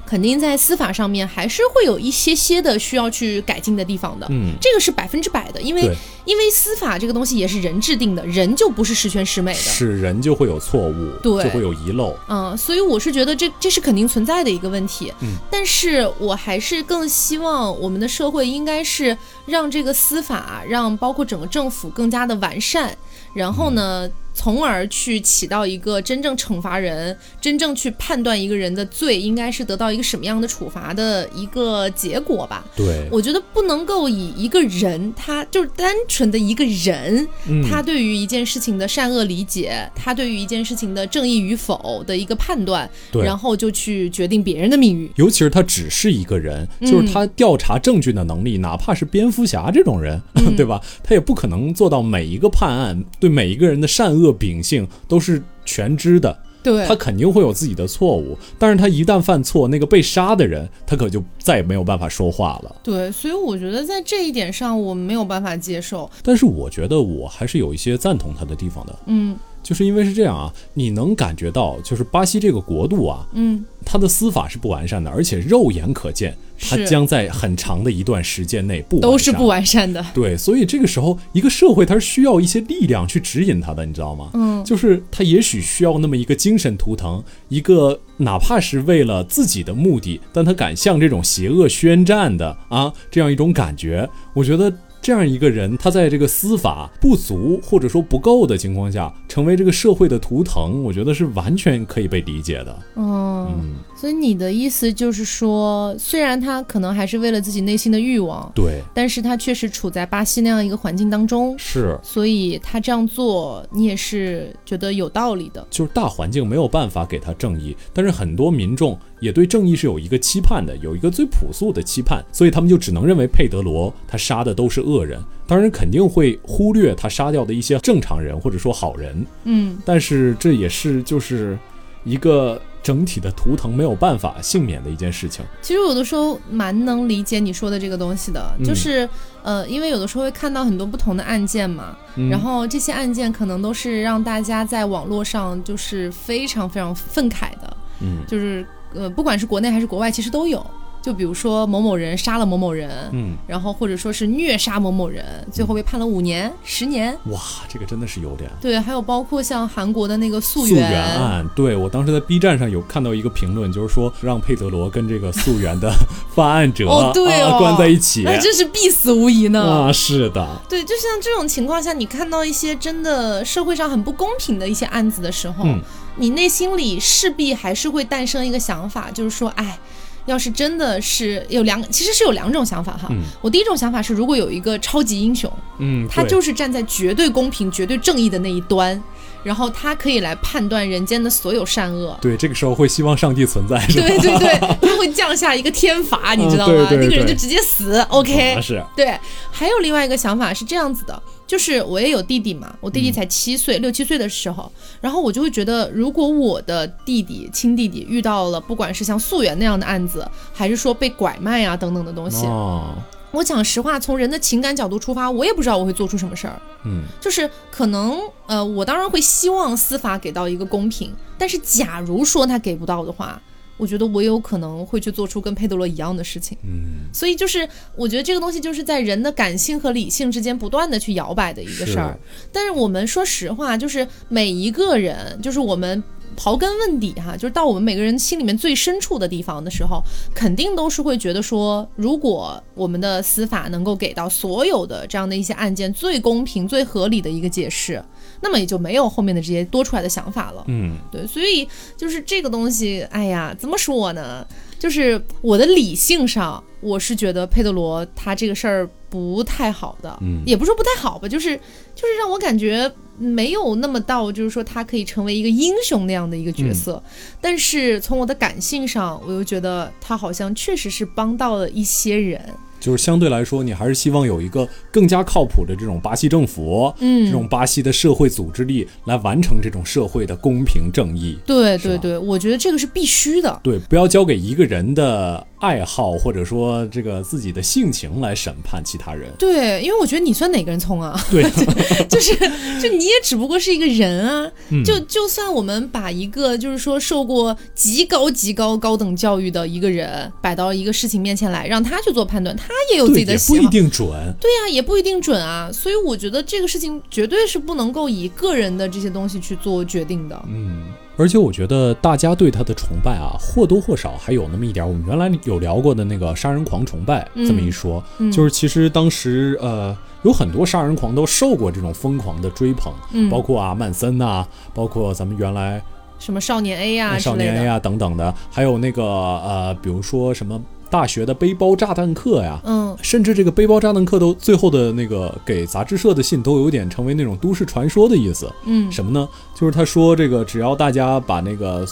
S2: 肯定在司法上面还是会有一些些的需要去改进的地方的。
S3: 嗯，
S2: 这个是百分之百的，因为
S3: 对
S2: 因为司法这个东西也是人制定的，人就不是十全十美的。
S3: 是人就会有错误，
S2: 对
S3: 就会有遗漏，
S2: 嗯，所以我是觉得这这是肯定存在的一个问题，
S3: 嗯
S2: 但是我还是更希望我们的社会应该是让这个司法，让包括整个政府更加的完善，然后
S3: 嗯
S2: 呢，从而去起到一个真正惩罚人、真正去判断一个人的罪应该是得到一个什么样的处罚的一个结果吧。
S3: 对，
S2: 我觉得不能够以一个人，他就是单纯的一个人，
S3: 嗯
S2: 他对于一件事情的善恶理解，他对于一件事情的正义与否的一个判断，
S3: 对
S2: 然后就去决定别人的命运。
S3: 尤其是他只是一个人，
S2: 嗯
S3: 就是他调查证据的能力，哪怕是蝙蝠侠这种人，
S2: 嗯
S3: *laughs* 对吧？他也不可能做到每一个判案对每一个人的善恶秉性都是全知的，
S2: 对
S3: 他肯定会有自己的错误。但是他一旦犯错，那个被杀的人，他可就再也没有办法说话了。
S2: 对，所以我觉得在这一点上我没有办法接受。
S3: 但是我觉得我还是有一些赞同他的地方的，
S2: 嗯
S3: 就是因为是这样啊，你能感觉到，就是巴西这个国度啊，
S2: 嗯，
S3: 它的司法是不完善的，而且肉眼可见，它
S2: 是
S3: 将在很长的一段时间内不完善
S2: 都是不完善的。
S3: 对，所以这个时候，一个社会它是需要一些力量去指引它的，你知道吗？
S2: 嗯
S3: 就是它也许需要那么一个精神图腾，一个哪怕是为了自己的目的，但他敢向这种邪恶宣战的啊，这样一种感觉，我觉得。这样一个人，他在这个司法不足或者说不够的情况下，成为这个社会的图腾，我觉得是完全可以被理解的。
S2: 嗯，
S3: 嗯，
S2: 所以你的意思就是说，虽然他可能还是为了自己内心的欲望，
S3: 对，
S2: 但是他确实处在巴西那样一个环境当中，
S3: 是，
S2: 所以他这样做，你也是觉得有道理的。
S3: 就是大环境没有办法给他正义，但是很多民众也对正义是有一个期盼的，有一个最朴素的期盼，所以他们就只能认为佩德罗他杀的都是恶人，当然肯定会忽略他杀掉的一些正常人或者说好人，
S2: 嗯，
S3: 但是这也是就是一个整体的图腾没有办法幸免的一件事情。
S2: 其实有的时候蛮能理解你说的这个东西的，
S3: 嗯
S2: 就是呃，因为有的时候会看到很多不同的案件嘛，
S3: 嗯
S2: 然后这些案件可能都是让大家在网络上就是非常非常愤慨的，
S3: 嗯
S2: 就是呃，不管是国内还是国外，其实都有。就比如说某某人杀了某某人，
S3: 嗯，
S2: 然后或者说是虐杀某某人，最后被判了五年、十年。
S3: 哇，这个真的是有点。
S2: 对，还有包括像韩国的那个
S3: 溯
S2: 溯
S3: 源案，对我当时在 B 站上有看到一个评论，就是说让佩德罗跟这个溯源的 *laughs* 犯案者、
S2: 哦对哦
S3: 啊、关在一起。
S2: 那真是必死无疑呢。
S3: 啊，是的，
S2: 对，就像这种情况下，你看到一些真的社会上很不公平的一些案子的时候，
S3: 嗯
S2: 你内心里势必还是会诞生一个想法，就是说，哎。要是真的是有两，其实是有两种想法哈。
S3: 嗯
S2: 我第一种想法是，如果有一个超级英雄，
S3: 嗯，
S2: 他
S3: 对
S2: 就是站在绝对公平、绝对正义的那一端，然后他可以来判断人间的所有善恶。
S3: 对这个时候会希望上帝存在，是吧？
S2: 对对对，他会降下一个天罚，你知道吗？
S3: *laughs* 对对
S2: 那个人
S3: 对
S2: 就直接死。OK，
S3: *laughs* 啊是，
S2: 对，还有另外一个想法是这样子的，就是我也有弟弟嘛，我弟弟才七岁，六七岁的时候，然后我就会觉得，如果我的弟弟亲弟弟遇到了不管是像溯源那样的案子，还是说被拐卖啊等等的东西，
S3: 哦，
S2: 我讲实话，从人的情感角度出发，我也不知道我会做出什么事儿。
S3: 嗯，
S2: 就是可能，呃，我当然会希望司法给到一个公平，但是假如说他给不到的话，我觉得我有可能会去做出跟佩德罗一样的事情。
S3: 嗯，
S2: 所以就是，我觉得这个东西就是在人的感性和理性之间不断的去摇摆的一个事儿。但是我们说实话，就是每一个人，就是我们。刨根问底哈，就是到我们每个人心里面最深处的地方的时候，肯定都是会觉得说，如果我们的司法能够给到所有的这样的一些案件最公平、最合理的一个解释，那么也就没有后面的这些多出来的想法了。
S3: 嗯，
S2: 对，所以就是这个东西，哎呀，怎么说呢？就是我的理性上，我是觉得佩德罗他这个事儿不太好的，
S3: 嗯
S2: 也不是说不太好吧，就是就是让我感觉没有那么到，就是说他可以成为一个英雄那样的一个角
S3: 嗯
S2: 色。但是从我的感性上，我又觉得他好像确实是帮到了一些人，
S3: 就是相对来说，你还是希望有一个更加靠谱的这种巴西政府，
S2: 嗯
S3: 这种巴西的社会组织力来完成这种社会的公平正义。
S2: 对
S3: 是吧
S2: 对对，我觉得这个是必须的。
S3: 对，不要交给一个人的爱好或者说这个自己的性情来审判其他人。
S2: 对，因为我觉得你算哪根葱啊？
S3: 对，
S2: *laughs* 就是就你也只不过是一个人啊。
S3: 嗯
S2: 就就算我们把一个就是说受过极高极高高等教育的一个人摆到一个事情面前来，让他去做判断，他也有自
S3: 对，
S2: 己
S3: 也
S2: 的
S3: 不
S2: 喜
S3: 一
S2: 好。
S3: 定准。
S2: 对呀、也不一定准啊。所以我觉得这个事情绝对是不能够以个人的这些东西去做决定的。
S3: 嗯而且我觉得大家对他的崇拜啊，或多或少还有那么一点儿。我们原来有聊过的那个杀人狂崇拜，
S2: 嗯
S3: 这么一说，就是其实当时呃有很多杀人狂都受过这种疯狂的追捧，
S2: 嗯
S3: 包括啊曼森呐、包括咱们原来
S2: 什么少年 A 呀、啊
S3: 嗯
S2: 之
S3: 少
S2: 类
S3: 年啊
S2: 的。
S3: 呀、等等的，还有那个呃，比如说什么大学的背包炸弹课呀。
S2: 嗯，
S3: 甚至这个背包炸弹课都最后的那个给杂志社的信都有点成为那种都市传说的意思。
S2: 嗯
S3: 什么呢？就是他说这个，只要大家把那个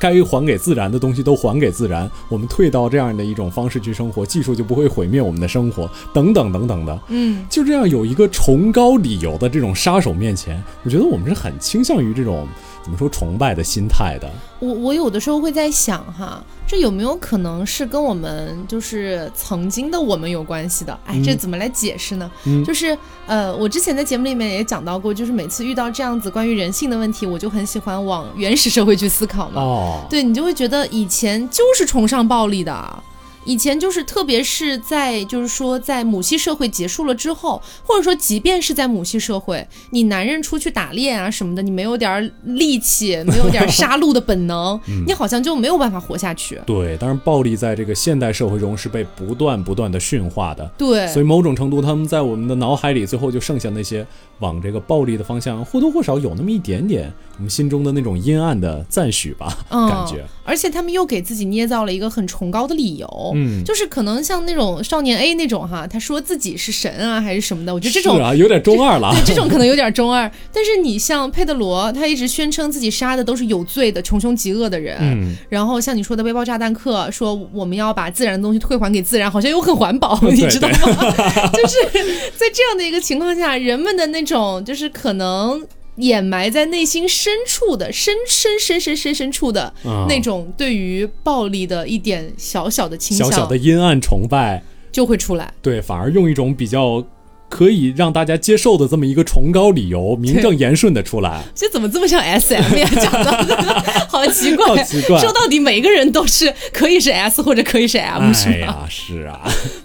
S3: 该还给自然的东西都还给自然，我们退到这样的一种方式去生活，技术就不会毁灭我们的生活，等等等等的。
S2: 嗯，
S3: 就这样有一个崇高理由的这种杀手面前，我觉得我们是很倾向于这种怎么说崇拜的心态的。
S2: 我我有的时候会在想哈，这有没有可能是跟我们就是曾经的我们有关系的？哎，这
S3: 嗯
S2: 怎么来解释呢？
S3: 嗯
S2: 就是呃，我之前在节目里面也讲到过，就是每次遇到这样子关于人性的问题，我就很喜欢往原始社会去思考嘛。
S3: 哦，
S2: 对你就会觉得以前就是崇尚暴力的，以前就是特别是在就是说在母系社会结束了之后，或者说即便是在母系社会，你男人出去打猎啊什么的，你没有点儿力气，没有点儿杀戮的本能，
S3: 嗯
S2: 你好像就没有办法活下去。
S3: 对，当然暴力在这个现代社会中是被不断不断的驯化的。
S2: 对，
S3: 所以某种程度，他们在我们的脑海里最后就剩下那些往这个暴力的方向，或多或少有那么一点点我们心中的那种阴暗的赞许吧，
S2: 嗯
S3: 感觉。
S2: 而且他们又给自己捏造了一个很崇高的理由，
S3: 嗯
S2: 就是可能像那种少年 A 那种哈，他说自己是神啊还是什么的，我觉得这种
S3: 是啊，有点中二了啊。
S2: 对，这种可能有点中二。但是你像佩德罗，他一直宣称自己杀的都是有罪的、穷凶极恶的人。
S3: *laughs* 嗯，
S2: 然后像你说的背包炸弹客，说我们要把自然的东西退还给自然，好像又很环保，
S3: *laughs* 对
S2: 你知道吗？ *laughs* 就是在这样的一个情况下，人们的那种就是可能。掩埋在内心深处的深深深深深深处的
S3: 嗯
S2: 那种对于暴力的一点小小的倾向，
S3: 小小的阴暗崇拜，
S2: 就会出来。
S3: 对，反而用一种比较可以让大家接受的这么一个崇高理由，名正言顺的出来。
S2: *laughs* 这怎么这么像 S M 呀？讲到的 *laughs* 好奇怪，
S3: 好奇怪
S2: 说到底，每个人都是可以是 S 或者可以是 M，、是
S3: 哎
S2: 吗？
S3: 呀，是啊，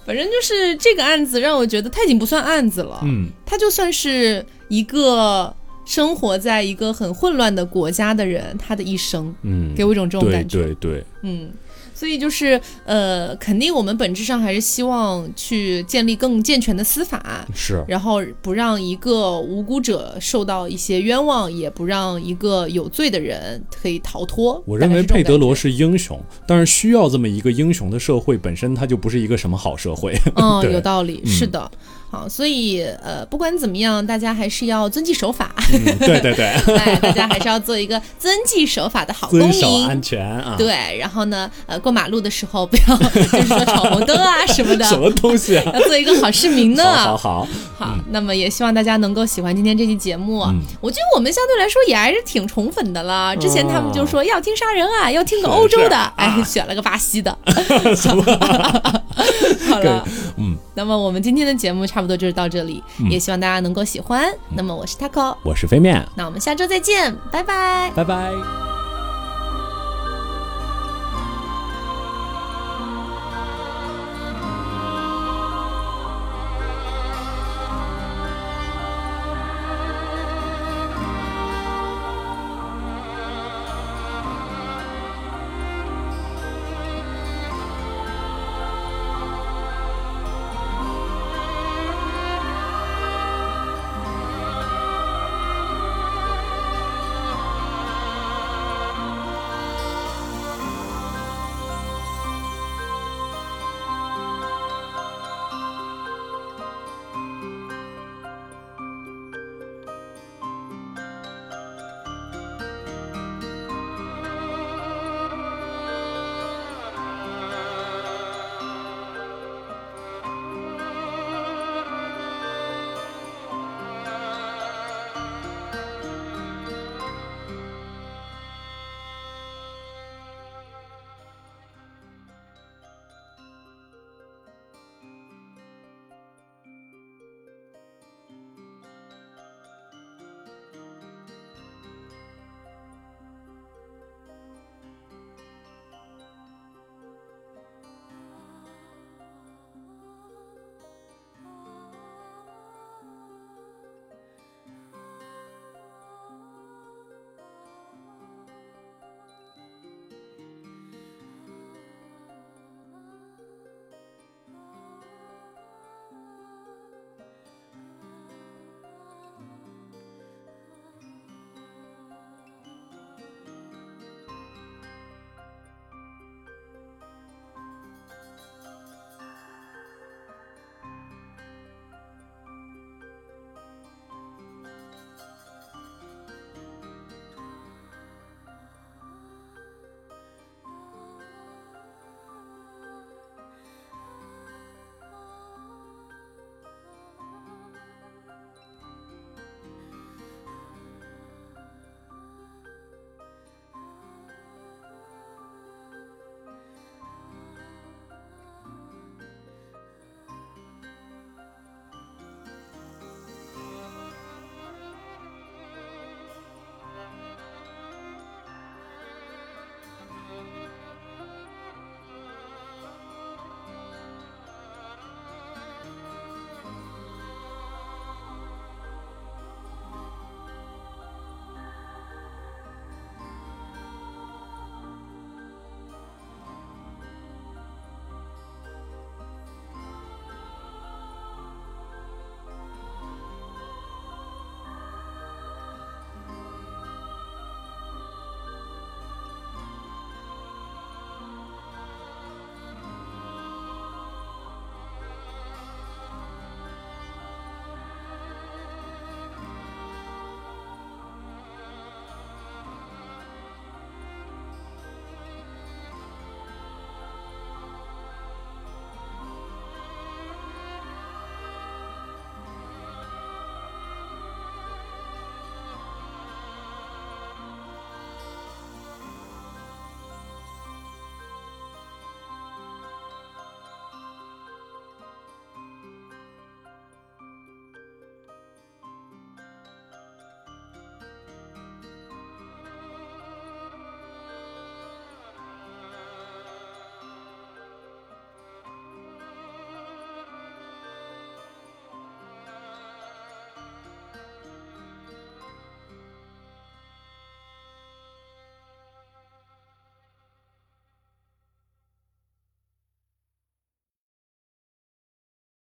S2: 反正就是这个案子让我觉得，它已经不算案子了，
S3: 嗯，
S2: 它就算是一个生活在一个很混乱的国家的人，他的一生，
S3: 嗯，
S2: 给我一种这种
S3: 对
S2: 感觉，
S3: 对对，
S2: 嗯。所以就是，呃，肯定我们本质上还是希望去建立更健全的司法，
S3: 是。
S2: 然后不让一个无辜者受到一些冤枉，也不让一个有罪的人可以逃脱。
S3: 我认为
S2: 大概
S3: 佩
S2: 是这种
S3: 德罗
S2: 感觉，
S3: 是英雄，但是需要这么一个英雄的社会本身，它就不是一个什么好社会。 *laughs*
S2: 嗯，
S3: 对
S2: 有道理，是的。好，所以呃，不管怎么样，大家还是要遵纪守法， *laughs*
S3: 嗯 *laughs* 对对对，
S2: 哎，大家还是要做一个遵纪守法的好公
S3: 遵守安
S2: 民。
S3: 全啊！
S2: 对，然后呢，呃，过马路的时候不要 *laughs* 就是说闯红灯啊什么的，
S3: *laughs* 什么东西啊？
S2: *laughs* 要做一个好市民呢。
S3: 好好好，
S2: 好，那么也希望大家能够喜欢今天这期节目。
S3: 嗯哦
S2: 我觉得我们相对来说也还是挺宠粉的了。之前他们就说要听杀人啊，要听个欧洲
S3: 是
S2: 的，
S3: 啊
S2: 哎，选了个巴西
S3: *laughs*
S2: 的。 *laughs* 好了，
S3: 嗯，
S2: 那么我们今天的节目差不多就是到这里，也希望大家
S3: 嗯
S2: 能够喜欢。那么我是 Taco，
S1: 我是飞面，
S2: 那我们下周再见，拜拜。
S3: 拜拜。